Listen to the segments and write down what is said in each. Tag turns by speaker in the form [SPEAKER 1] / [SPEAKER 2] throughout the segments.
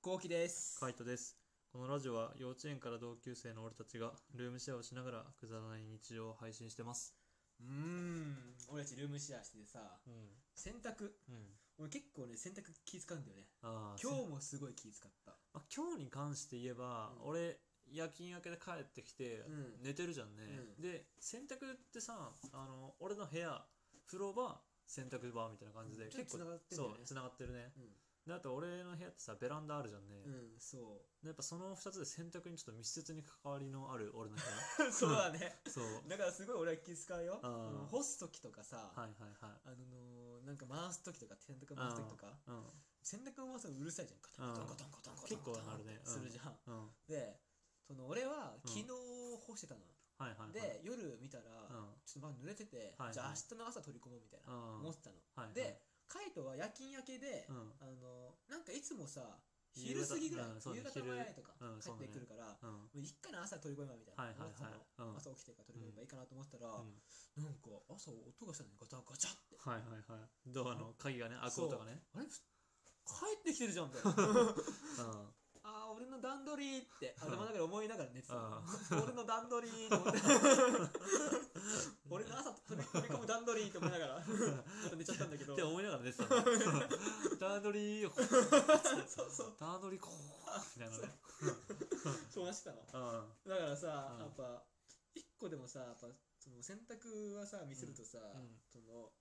[SPEAKER 1] こうきです。
[SPEAKER 2] カイトです。このラジオは幼稚園から同級生の俺たちがルームシェアをしながらくだらない日常を配信してます。
[SPEAKER 1] うーん、俺たちルームシェアしててさ、
[SPEAKER 2] うん。
[SPEAKER 1] 洗濯、
[SPEAKER 2] うん。
[SPEAKER 1] 俺結構ね、洗濯気使うんだよね。
[SPEAKER 2] ああ、
[SPEAKER 1] 今
[SPEAKER 2] せ
[SPEAKER 1] 日もすごい気使った。
[SPEAKER 2] まあ、今日に関して言えば、
[SPEAKER 1] うん
[SPEAKER 2] 俺、夜勤明けで帰ってきて、
[SPEAKER 1] うん
[SPEAKER 2] 寝てるじゃんね、
[SPEAKER 1] うん
[SPEAKER 2] で、洗濯ってさ、あの、俺の部屋、風呂場、洗濯場みたいな感じで、
[SPEAKER 1] ちょっと繋がってんだ
[SPEAKER 2] そ
[SPEAKER 1] よ
[SPEAKER 2] う
[SPEAKER 1] ね、
[SPEAKER 2] 繋がってるね。
[SPEAKER 1] う
[SPEAKER 2] で、あと俺の部屋ってさ、ベランダあるじゃんね。
[SPEAKER 1] ん、うん、そ
[SPEAKER 2] でやっぱその2つで洗濯にちょっと密接に関わりのある俺の部
[SPEAKER 1] う。そうだね。
[SPEAKER 2] 屋。そう。
[SPEAKER 1] だからすごい俺は気使うよ。
[SPEAKER 2] あー
[SPEAKER 1] うん干すときとかさ、
[SPEAKER 2] はいはいはい。
[SPEAKER 1] あのーなんか回すときとか、洗濯回すときとか、
[SPEAKER 2] うん。
[SPEAKER 1] 洗濯回すのうるさいじゃん。カタンカタンカタンカタンカタン
[SPEAKER 2] 結構なるね
[SPEAKER 1] っ
[SPEAKER 2] うん
[SPEAKER 1] てするじゃん。
[SPEAKER 2] うん。
[SPEAKER 1] で、その俺は
[SPEAKER 2] うん
[SPEAKER 1] 昨日干してたの。
[SPEAKER 2] はいはいはい。
[SPEAKER 1] で、夜見たら、
[SPEAKER 2] うん、
[SPEAKER 1] ちょっとまだ濡れてて、
[SPEAKER 2] はいはい
[SPEAKER 1] じゃあ明日の朝取り込もうみたいな。
[SPEAKER 2] うん、
[SPEAKER 1] 思ってたの、
[SPEAKER 2] はいはい
[SPEAKER 1] でカイトは夜勤明けで、
[SPEAKER 2] うん、
[SPEAKER 1] あのなんかいつもさ
[SPEAKER 2] 夕
[SPEAKER 1] 昼
[SPEAKER 2] 方
[SPEAKER 1] 過ぎぐらい、
[SPEAKER 2] うんそうね
[SPEAKER 1] 夕方前とか
[SPEAKER 2] 昼うん
[SPEAKER 1] 帰
[SPEAKER 2] そう
[SPEAKER 1] っ
[SPEAKER 2] ね
[SPEAKER 1] てくるから、
[SPEAKER 2] うん、
[SPEAKER 1] もういっかな朝取り込めばみたいな、
[SPEAKER 2] はいはいは
[SPEAKER 1] 思
[SPEAKER 2] い
[SPEAKER 1] ってたの
[SPEAKER 2] うん
[SPEAKER 1] 朝起きてから取り込めばいいかなと思ってたら、
[SPEAKER 2] うん
[SPEAKER 1] なんか朝音がしたのにガチャガチャって
[SPEAKER 2] はいはいはい。ドアの鍵がね、開く音がね。
[SPEAKER 1] あれふ帰ってきてるじゃんみたい な
[SPEAKER 2] うん、
[SPEAKER 1] あー俺の段取り って頭の中で思いながら寝てたの
[SPEAKER 2] あ
[SPEAKER 1] 俺の段取りと思って 俺の朝取り込む段取りと思いながら また寝ちゃったんだけど
[SPEAKER 2] って思いなが ら寝てたの。段取りよ、
[SPEAKER 1] そうそう
[SPEAKER 2] 段取りこう、みたいなね。
[SPEAKER 1] そうなしてたの
[SPEAKER 2] うん、
[SPEAKER 1] だからさ、
[SPEAKER 2] うん
[SPEAKER 1] やっぱ一個でもさやっぱその洗濯はさ見せるとさ、
[SPEAKER 2] うん
[SPEAKER 1] その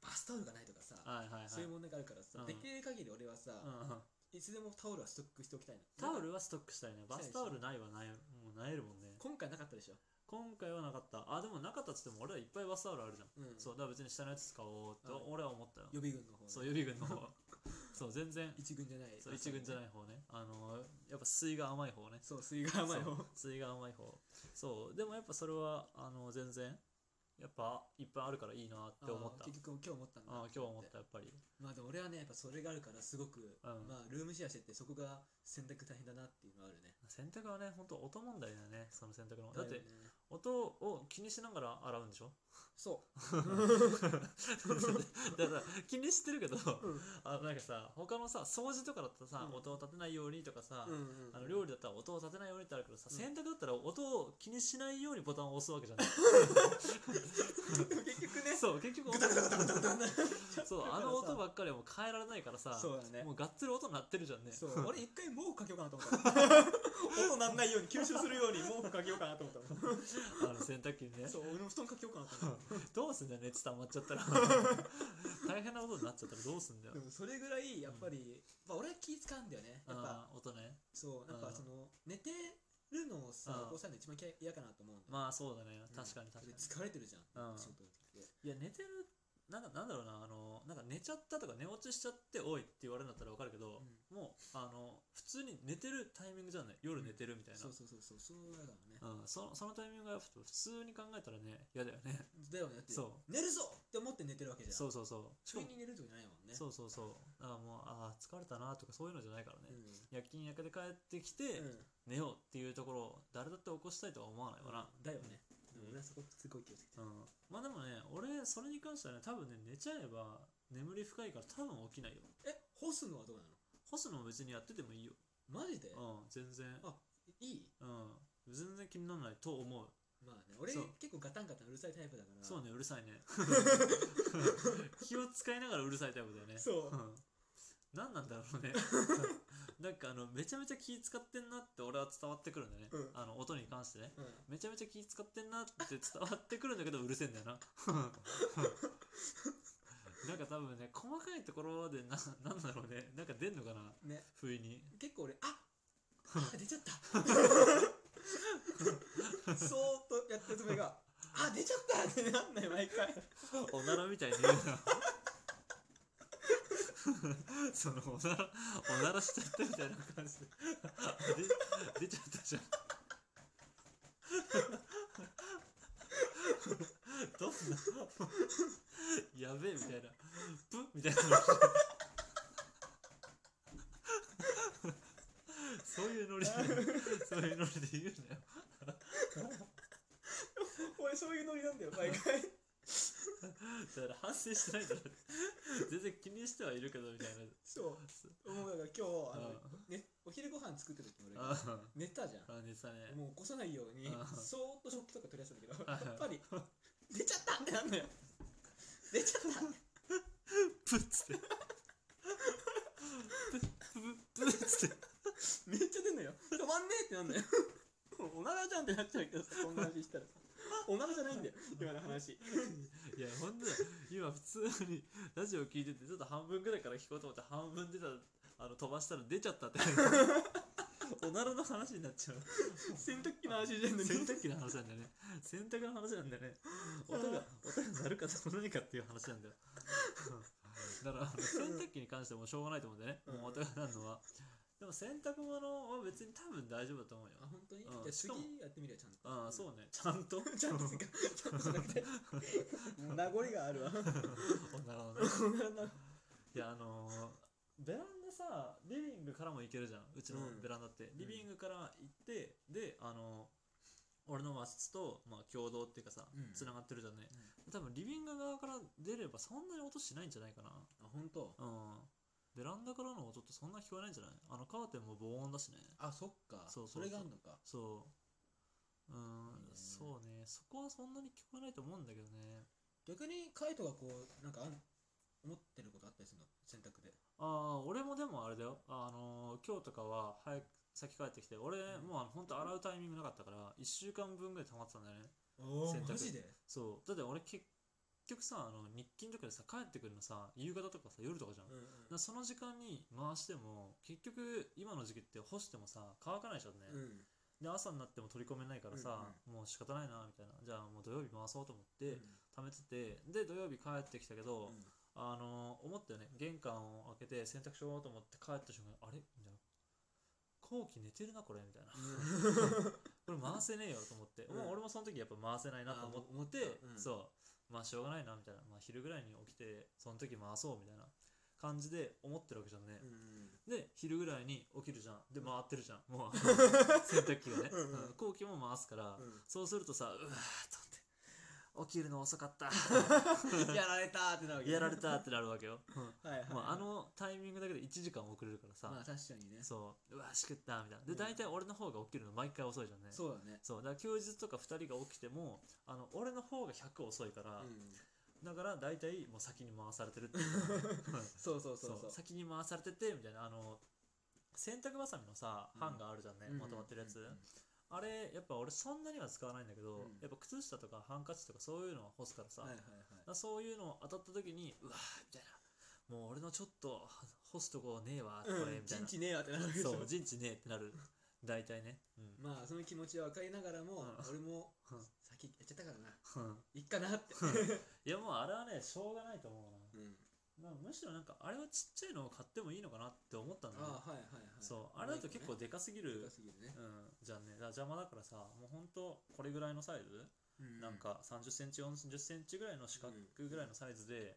[SPEAKER 1] バスタオルがないとかさ、
[SPEAKER 2] はいはいはい。
[SPEAKER 1] そういう問題があるからさ、
[SPEAKER 2] うん
[SPEAKER 1] できる限り俺はさ、
[SPEAKER 2] うんうん
[SPEAKER 1] いつでもタオルはストックしておきたいの
[SPEAKER 2] タオルはストックしたいね。バスタオ
[SPEAKER 1] し
[SPEAKER 2] ルないはない、もうないるもんね。
[SPEAKER 1] 今回なかったでしょ、
[SPEAKER 2] 今回はなかった。あ、でもなかったっつっても俺はいっぱいバスタオルあるじゃん。
[SPEAKER 1] うん、
[SPEAKER 2] そう、だから別に下のやつ使おうって
[SPEAKER 1] うん
[SPEAKER 2] 俺は思ったよ。
[SPEAKER 1] 予備軍の方ね
[SPEAKER 2] そう、予備軍の方。そう、全然
[SPEAKER 1] 一軍じゃない
[SPEAKER 2] そう一軍じゃないい方ねあのやっぱ水が甘い方ね
[SPEAKER 1] そう水が甘い方
[SPEAKER 2] そう水が甘い方そうでもやっぱそれはあの全然やっぱいっぱいあるからいいなって思った
[SPEAKER 1] あー結局今日思ったんだ
[SPEAKER 2] あー今日思ったやっぱり
[SPEAKER 1] まあでも俺はねやっぱそれがあるからすごく、
[SPEAKER 2] うん
[SPEAKER 1] まあルームシェアしててそこが洗濯大変だなっていうのはあるね
[SPEAKER 2] 洗濯はね本当音問題だよねその洗濯のだっ
[SPEAKER 1] よ
[SPEAKER 2] て
[SPEAKER 1] ね
[SPEAKER 2] 音を気にしながら洗うんでしょ
[SPEAKER 1] そ
[SPEAKER 2] だから気にしてるけど
[SPEAKER 1] う、うん
[SPEAKER 2] あなんかさ他のさ掃除とかだったらさ、
[SPEAKER 1] うん
[SPEAKER 2] 音を立てないようにとかさ、
[SPEAKER 1] うんうんうん
[SPEAKER 2] あの料理だったら音を立てないようにってあるけどさ、
[SPEAKER 1] うん
[SPEAKER 2] 洗濯だったら音を気にしないようにボタンを押すわけじ ゃない
[SPEAKER 1] でも 結局ね
[SPEAKER 2] そう結局音そうあの音ばっかりはもう変えられないからさ
[SPEAKER 1] そうだね
[SPEAKER 2] もうがっつり音鳴ってるじゃんね
[SPEAKER 1] そう俺一回毛布かけようかなと思ったの音なんないように吸収するように毛布かけようかなと思ったの
[SPEAKER 2] あの洗濯機にね
[SPEAKER 1] そう俺も布団かけようかなと思っ
[SPEAKER 2] どうすんだよ熱溜まっちゃっ たら大変なことになっちゃったらどうすんだよ
[SPEAKER 1] たでもそれぐらいやっぱり、まあ、俺は気使うんだよねやっぱ
[SPEAKER 2] あー音ね
[SPEAKER 1] そうなん
[SPEAKER 2] う
[SPEAKER 1] か
[SPEAKER 2] ん
[SPEAKER 1] その寝てるのをさ
[SPEAKER 2] うん
[SPEAKER 1] 起こされるの一番嫌嫌かなと思うんだよ、
[SPEAKER 2] まあそうだね
[SPEAKER 1] うん
[SPEAKER 2] 確かに確か
[SPEAKER 1] で
[SPEAKER 2] に
[SPEAKER 1] 疲れてるじゃん、
[SPEAKER 2] うん
[SPEAKER 1] 仕事の時って
[SPEAKER 2] いや寝てるなんかなんだろうなあのなんか寝ちゃったとか寝落ちしちゃっておいって言われるんだったら分かるけど、もうあの普通に寝てるタイミングじゃない夜寝てるみたいな、
[SPEAKER 1] そうそうそうそうそうだからね
[SPEAKER 2] うん、そのそのタイミングがやっぱ普通に考えたらね嫌だよね
[SPEAKER 1] だよねだって
[SPEAKER 2] そ
[SPEAKER 1] 寝るぞって思って寝てるわけじゃん
[SPEAKER 2] そうそうそうしか
[SPEAKER 1] 急
[SPEAKER 2] も
[SPEAKER 1] に寝るとかじゃないもんね
[SPEAKER 2] そうそうそうあもうあー疲れたなとかそういうのじゃないから
[SPEAKER 1] う
[SPEAKER 2] ね、
[SPEAKER 1] ん、う
[SPEAKER 2] 夜勤夜けで帰ってきて、
[SPEAKER 1] ん
[SPEAKER 2] 寝ようっていうところを誰だって起こしたいとは思わないわな、
[SPEAKER 1] だよね、
[SPEAKER 2] うん
[SPEAKER 1] でも俺はそこすごい気をつけて
[SPEAKER 2] うんまあでもね俺それに関してはね多分ね寝ちゃえば眠り深いから多分起きないよ
[SPEAKER 1] え干すのはどうなの
[SPEAKER 2] 干すのも別にやっててもいいよ、
[SPEAKER 1] マジで
[SPEAKER 2] うん、全然
[SPEAKER 1] あいい
[SPEAKER 2] うん全然気にならないと思う
[SPEAKER 1] まあね俺
[SPEAKER 2] そう
[SPEAKER 1] 結構ガタンガタンうるさいタイプだから
[SPEAKER 2] そうねうるさいね 気を使いながらうるさいタイプだよね
[SPEAKER 1] そう
[SPEAKER 2] うん何なんだろ うねなんかあのめちゃめちゃ気使ってんなって俺は伝わってくるんだよね、
[SPEAKER 1] うん
[SPEAKER 2] あの音に関してね
[SPEAKER 1] うん
[SPEAKER 2] めちゃめちゃ気使ってんなって伝わってくるんだけどうるせえんだよ ななんか多分ね細かいところでななんだろうねなんか出んのかな
[SPEAKER 1] ね
[SPEAKER 2] 不意に
[SPEAKER 1] 結構俺ああ出ちゃったそーっとやってるつもりがあ出ちゃったってなんない毎回
[SPEAKER 2] おならみたいに言うな そのおならおならしちゃったみたいな感じでで出ちゃったじゃん どんなやべえみたいなプッみたいな そういうノリでそういうノリで言うなよ
[SPEAKER 1] 俺そういうノリなんだよ毎回
[SPEAKER 2] だから反省してないんだろ全然気にしてはいるけどみたいな
[SPEAKER 1] そう思うだから今日あの、
[SPEAKER 2] うん
[SPEAKER 1] ね、飯作ってる時も俺
[SPEAKER 2] あ
[SPEAKER 1] が寝たじゃん
[SPEAKER 2] あ寝てたね
[SPEAKER 1] もう起こさないように
[SPEAKER 2] うん
[SPEAKER 1] そーっと食器とか取り出したんだけど
[SPEAKER 2] は
[SPEAKER 1] や
[SPEAKER 2] いはい
[SPEAKER 1] っぱり出ちゃったってなんだよ出ちゃった
[SPEAKER 2] プッつってプップップッつって
[SPEAKER 1] めっちゃ出んのよ止まんねえってなんだよおならじゃんってなっちゃうけどさこんな話したらさおならじゃないんだよ今の話
[SPEAKER 2] いやほんとだよ今普通に ラジオ聞いててちょっと半分ぐらいから聞こうと思って半分出たあの飛ばしたら出ちゃったって おならの話になっちゃう
[SPEAKER 1] 洗濯機の話じゃんのに
[SPEAKER 2] 洗濯機の話なんだよね洗濯の話なんだよね音が音が鳴るか鳴らないかっていう話なんだようん だからあの洗濯機に関してはもうしょうがないと思うんだよね、もう音が鳴るのはでも洗濯物は別に多分大丈夫だと思うよ
[SPEAKER 1] あ本当に、
[SPEAKER 2] うん
[SPEAKER 1] じゃあ
[SPEAKER 2] しかも
[SPEAKER 1] 次やってみるよちゃんと
[SPEAKER 2] ああそうねちゃんと
[SPEAKER 1] ちゃんとっていうかちゃんとじゃなくてもう名残があるわ
[SPEAKER 2] おならのね
[SPEAKER 1] おならの
[SPEAKER 2] いやあのーベランダさリビングからも行けるじゃんうちの
[SPEAKER 1] うん
[SPEAKER 2] ベランダって、リビングから行ってであのー俺の和室と、まあ、共同っていうかさ
[SPEAKER 1] うん
[SPEAKER 2] つな、がってるじゃんね多分リビング側から出ればそんなに音しないんじゃないかな
[SPEAKER 1] あ本当
[SPEAKER 2] うんベランダからの音ってそんな聞こえないんじゃないあのカーテンも防音だしね
[SPEAKER 1] あそっか
[SPEAKER 2] そうそ
[SPEAKER 1] そ
[SPEAKER 2] うそう
[SPEAKER 1] れがあるのか
[SPEAKER 2] そううん
[SPEAKER 1] いいね
[SPEAKER 2] そうねそこはそんなに聞こえないと思うんだけどね
[SPEAKER 1] 逆にカイトがこうなんかあん思ってることあったりするの選択で
[SPEAKER 2] ああ俺もでもあれだよあのー今日とかは早く先帰ってきて俺
[SPEAKER 1] ん
[SPEAKER 2] もうあの本当洗うタイミングなかったから1週間分ぐらい溜まってたんだよね
[SPEAKER 1] お
[SPEAKER 2] 洗濯
[SPEAKER 1] マジで
[SPEAKER 2] そうだって俺結局さあの日勤とかでさ帰ってくるのさ夕方とかさ夜とかじゃん、だ
[SPEAKER 1] う
[SPEAKER 2] か
[SPEAKER 1] んうん
[SPEAKER 2] らその時間に回しても結局今の時期って干してもさ乾かないじゃんね、
[SPEAKER 1] うん
[SPEAKER 2] で朝になっても取り込めないからさ、もう仕方ないなみたいなじゃあもう土曜日回そうと思って、貯めててで土曜日帰ってきたけど、
[SPEAKER 1] うん
[SPEAKER 2] あのー思ったよね玄関を開けて洗濯しようと思って帰った瞬間にあれみたいな後期寝てるなこれみたいなこれ回せねえよと思って、
[SPEAKER 1] うん
[SPEAKER 2] もう俺もその時やっぱ回せないなと思
[SPEAKER 1] あー思っ
[SPEAKER 2] って
[SPEAKER 1] たうん
[SPEAKER 2] そうまあしょうがないなみたいな、まあ、昼ぐらいに起きてその時回そうみたいな感じで思ってるわけじゃんね、
[SPEAKER 1] うん
[SPEAKER 2] で昼ぐらいに起きるじゃんで回ってる じゃんもう洗濯機がね、
[SPEAKER 1] うんうん
[SPEAKER 2] うん後期も回すから、
[SPEAKER 1] う
[SPEAKER 2] そうするとさうわーっと思って起きるの遅かった
[SPEAKER 1] ん やられたーってなるわけね
[SPEAKER 2] やられたってなるわけよ、うん
[SPEAKER 1] はいはい
[SPEAKER 2] まあ、あのタイミングだけで1時間遅れるからさ、
[SPEAKER 1] まあ確かにね
[SPEAKER 2] そううわしくったみたいなで
[SPEAKER 1] うん
[SPEAKER 2] 大体俺の方が起きるの毎回遅いじゃんね
[SPEAKER 1] そうだね
[SPEAKER 2] そうだから休日とか2人が起きてもあの俺の方が100遅いから、
[SPEAKER 1] うん
[SPEAKER 2] だから大体もう先に回されてる っていう
[SPEAKER 1] そうそうそ
[SPEAKER 2] そうう
[SPEAKER 1] そう
[SPEAKER 2] 先に回されててみたいなあの洗濯ばさみのさ
[SPEAKER 1] うん
[SPEAKER 2] ハンガーあるじゃんね、まとまってるやつ、
[SPEAKER 1] うんうんうん
[SPEAKER 2] あれやっぱ俺そんなには使わないんだけど、
[SPEAKER 1] うん
[SPEAKER 2] やっぱ靴下とかハンカチとかそういうのは干すからさ、
[SPEAKER 1] はいはい
[SPEAKER 2] だからそういうの当たった時にうわーみたいなもう俺のちょっと干すとこねえわこ
[SPEAKER 1] はい
[SPEAKER 2] れ
[SPEAKER 1] う
[SPEAKER 2] み
[SPEAKER 1] ん
[SPEAKER 2] たい
[SPEAKER 1] 陣
[SPEAKER 2] な、
[SPEAKER 1] 地ねえわってなるわけでしょ
[SPEAKER 2] そう陣地ねえってなる大体ねうん
[SPEAKER 1] まあその気持ちは分かりながらも
[SPEAKER 2] うん
[SPEAKER 1] 俺も
[SPEAKER 2] うん
[SPEAKER 1] 先やっちゃったからな
[SPEAKER 2] うん
[SPEAKER 1] いっかなって
[SPEAKER 2] いやもうあれはねしょうがないと思う
[SPEAKER 1] うん
[SPEAKER 2] な、まあむしろなんかあれはちっちゃいのを買ってもいいのかなって思ったんだね
[SPEAKER 1] ああはいはいはい
[SPEAKER 2] そうあれだと結構でかすぎ
[SPEAKER 1] で
[SPEAKER 2] る
[SPEAKER 1] かすぎるね
[SPEAKER 2] うんじゃんねだから邪魔だからさもうほんとこれぐらいのサイズ、なんか3 0ンチ4 0ンチぐらいの四角ぐらいのサイズで、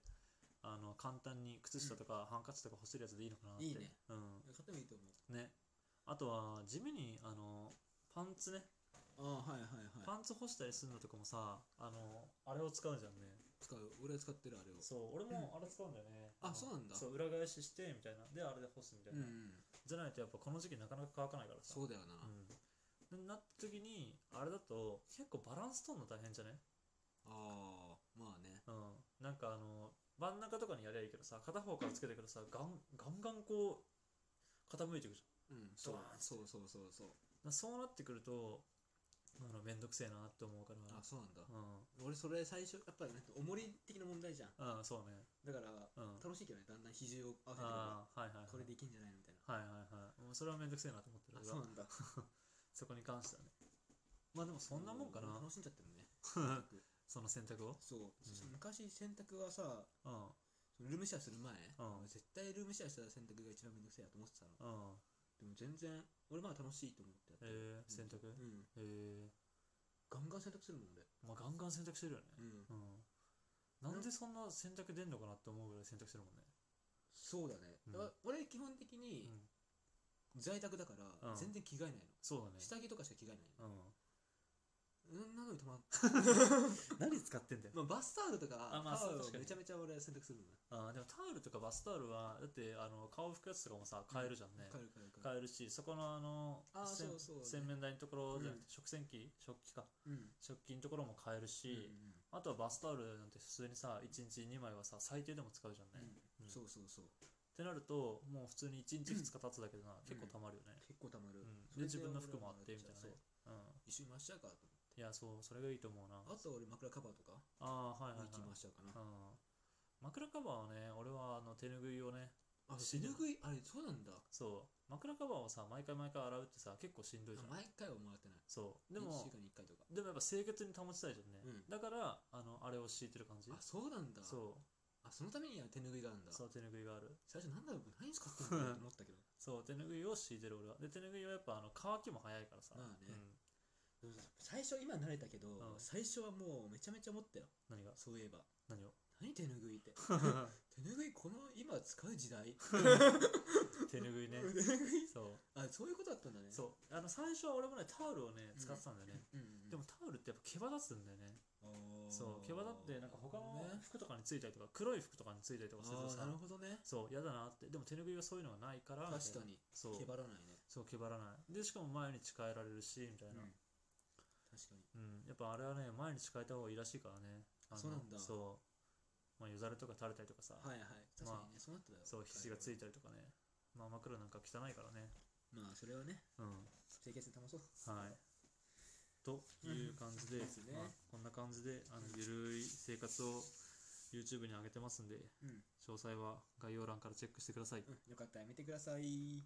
[SPEAKER 2] あの簡単に靴下とかハンカチとか干せるやつでいいのかなって
[SPEAKER 1] いいね
[SPEAKER 2] うん
[SPEAKER 1] 買ってもいいと思う
[SPEAKER 2] ねあとは地味にあのパンツね、
[SPEAKER 1] ああはいはいはい
[SPEAKER 2] パンツ干したりするのとかもさあのあれを使うじゃんね
[SPEAKER 1] 使う俺は使ってるあれを
[SPEAKER 2] そう俺もあれ使うんだよね、
[SPEAKER 1] あ
[SPEAKER 2] の
[SPEAKER 1] そうなんだ
[SPEAKER 2] そう裏返ししてみたいなであれで干すみたいうな、
[SPEAKER 1] ん
[SPEAKER 2] じゃないとやっぱこの時期なかなか乾かないからさ
[SPEAKER 1] そうだよ
[SPEAKER 2] う
[SPEAKER 1] なん
[SPEAKER 2] でなった時にあれだと結構バランス取るの大変じゃね
[SPEAKER 1] ああまあね
[SPEAKER 2] うんなんかあの真ん中とかにやりゃいいけどさ片方からつけてくるとさガンガンガンこう傾いていくじゃん
[SPEAKER 1] うんそう
[SPEAKER 2] ドーンって
[SPEAKER 1] そうそうそうそう
[SPEAKER 2] なそうなってくるとあのめんどくせえなって思うから
[SPEAKER 1] あそうなんだ
[SPEAKER 2] う
[SPEAKER 1] 俺それ最初やっぱりなんか重り的な問題じゃん
[SPEAKER 2] ん、うん、そうね
[SPEAKER 1] だから
[SPEAKER 2] うん
[SPEAKER 1] 楽しいけどねだんだん比重を合わせてくる
[SPEAKER 2] ああはいはいはい
[SPEAKER 1] これでいけんじゃないのみたい
[SPEAKER 2] はいはいはいもうそれはめんどくせえなと思って
[SPEAKER 1] なあ
[SPEAKER 2] るけ
[SPEAKER 1] そう
[SPEAKER 2] ど
[SPEAKER 1] なんだ
[SPEAKER 2] そこに関してはねまあでもそんなもんかな
[SPEAKER 1] う楽しんじゃってる ね
[SPEAKER 2] その選択を
[SPEAKER 1] そう、昔洗濯はさ
[SPEAKER 2] うん
[SPEAKER 1] ルームシェアする前、
[SPEAKER 2] うん
[SPEAKER 1] 絶対ルームシェアしたら洗濯が一番めんどくせえやと思ってたの
[SPEAKER 2] う
[SPEAKER 1] で
[SPEAKER 2] ん
[SPEAKER 1] も全然俺まだ楽しいと思ってやってる
[SPEAKER 2] えー洗濯
[SPEAKER 1] うんうん
[SPEAKER 2] え
[SPEAKER 1] ガンガン洗濯するもん俺
[SPEAKER 2] ー、まあガンガン選択してるよね
[SPEAKER 1] うん
[SPEAKER 2] うんなんでそんな選択出んのかなって思うぐらい選択してるもんね
[SPEAKER 1] そうだね、
[SPEAKER 2] うん
[SPEAKER 1] だから俺基本的
[SPEAKER 2] う
[SPEAKER 1] に
[SPEAKER 2] ん
[SPEAKER 1] 在宅だから
[SPEAKER 2] うん
[SPEAKER 1] 全然着替えないの、
[SPEAKER 2] そうだね
[SPEAKER 1] 下着とかしか着替えないの、
[SPEAKER 2] うん
[SPEAKER 1] うん中身止まん
[SPEAKER 2] 何使ってんだよ
[SPEAKER 1] まあ、バスタオルとか
[SPEAKER 2] あまあ
[SPEAKER 1] タオルを
[SPEAKER 2] そう確かに
[SPEAKER 1] めちゃめちゃ俺洗濯するのね
[SPEAKER 2] あーでもタオルとかバスタオルはだってあの顔拭くやつとかもさ買えるじゃんね、
[SPEAKER 1] 帰る帰る帰る
[SPEAKER 2] 買えるしそこのあの
[SPEAKER 1] あー
[SPEAKER 2] 洗
[SPEAKER 1] そうそう
[SPEAKER 2] 洗面台のところじゃなくて食洗機、食器か
[SPEAKER 1] うん
[SPEAKER 2] 食器のところも買えるし、
[SPEAKER 1] う
[SPEAKER 2] あとはバスタオルなんて普通にさ1日2枚はさ最低でも使うじゃんね、
[SPEAKER 1] ん
[SPEAKER 2] っ
[SPEAKER 1] うん
[SPEAKER 2] うん
[SPEAKER 1] そうそうそう
[SPEAKER 2] てなるともう普通に1日2日経つだけでな、結構たまるよね、
[SPEAKER 1] 結構たまる、
[SPEAKER 2] うん
[SPEAKER 1] それ
[SPEAKER 2] で自分の服もあって
[SPEAKER 1] 俺は
[SPEAKER 2] みたいなね
[SPEAKER 1] そう
[SPEAKER 2] うん
[SPEAKER 1] 一緒に回しちゃうかと思
[SPEAKER 2] いやそうそれがいいと思うな
[SPEAKER 1] ってあと俺枕カバーとか
[SPEAKER 2] ああーはいはい、
[SPEAKER 1] 一
[SPEAKER 2] は
[SPEAKER 1] 気
[SPEAKER 2] い
[SPEAKER 1] に回しちゃうかな、
[SPEAKER 2] うん、枕カバーはね俺はあの手拭いをね
[SPEAKER 1] あ手ぬぐいあれそうなんだ
[SPEAKER 2] そう枕カバーをさ毎回毎回洗うってさ結構しんどいじゃん
[SPEAKER 1] 毎回はもらってない
[SPEAKER 2] そうで
[SPEAKER 1] 1
[SPEAKER 2] も
[SPEAKER 1] 週間に1回とか
[SPEAKER 2] でもやっぱ清潔に保ちたいじゃんね、
[SPEAKER 1] うん
[SPEAKER 2] だからあのあれを敷いてる感じ
[SPEAKER 1] あそうなんだ
[SPEAKER 2] そ
[SPEAKER 1] あそのために手ぬぐいがあるんだ
[SPEAKER 2] うそう手拭いがある
[SPEAKER 1] 最初なんだろう何使ってんのかなと思 ったけど
[SPEAKER 2] そう手拭いを敷いてる俺はで手拭いはやっぱあの乾きも早いからさ、
[SPEAKER 1] まあね
[SPEAKER 2] うん
[SPEAKER 1] うん最初今慣れたけど、
[SPEAKER 2] うん
[SPEAKER 1] 最初はもうめちゃめちゃ思ったよ
[SPEAKER 2] 何が
[SPEAKER 1] そういえば
[SPEAKER 2] 何を
[SPEAKER 1] 何手ぬぐいって 手ぬぐいこの今使う時代
[SPEAKER 2] 手拭 いね
[SPEAKER 1] 手ぬぐい
[SPEAKER 2] そ
[SPEAKER 1] あそういうことだったんだね
[SPEAKER 2] うそうあの最初は俺もねタオルをね使ってたんだよね、
[SPEAKER 1] うんうん、
[SPEAKER 2] でもタオルってやっぱ毛羽立つんだよね
[SPEAKER 1] あー
[SPEAKER 2] そう毛羽立ってなんか他の
[SPEAKER 1] ね
[SPEAKER 2] 服とかについたりとか黒い服とかについたりとかすると
[SPEAKER 1] あー
[SPEAKER 2] さ
[SPEAKER 1] なるほどね
[SPEAKER 2] そう嫌だなってでも手拭いはそういうのがないからみたいな
[SPEAKER 1] 確かに
[SPEAKER 2] そう
[SPEAKER 1] 毛張らないね
[SPEAKER 2] そう毛張らないでしかも毎日変えられるしみたいな、
[SPEAKER 1] う
[SPEAKER 2] うん
[SPEAKER 1] ん確かに
[SPEAKER 2] やっぱあれはね毎日変えた方がいいらしいからねあの
[SPEAKER 1] そうなんだ
[SPEAKER 2] そう、まあ、よざれとか垂れたりとかさ、
[SPEAKER 1] はいはい確かにねそうなっただよ
[SPEAKER 2] そう皮脂がつい
[SPEAKER 1] て
[SPEAKER 2] たりとかねまあ枕なんか汚いからね
[SPEAKER 1] まあそれはね
[SPEAKER 2] うん
[SPEAKER 1] 清潔に保そう
[SPEAKER 2] はいという感じで、
[SPEAKER 1] うんそうですね
[SPEAKER 2] まあ、こんな感じであのゆるい生活を YouTube に上げてますんで
[SPEAKER 1] うん、
[SPEAKER 2] 詳細は概要欄からチェックしてください
[SPEAKER 1] うん、よかったら見てください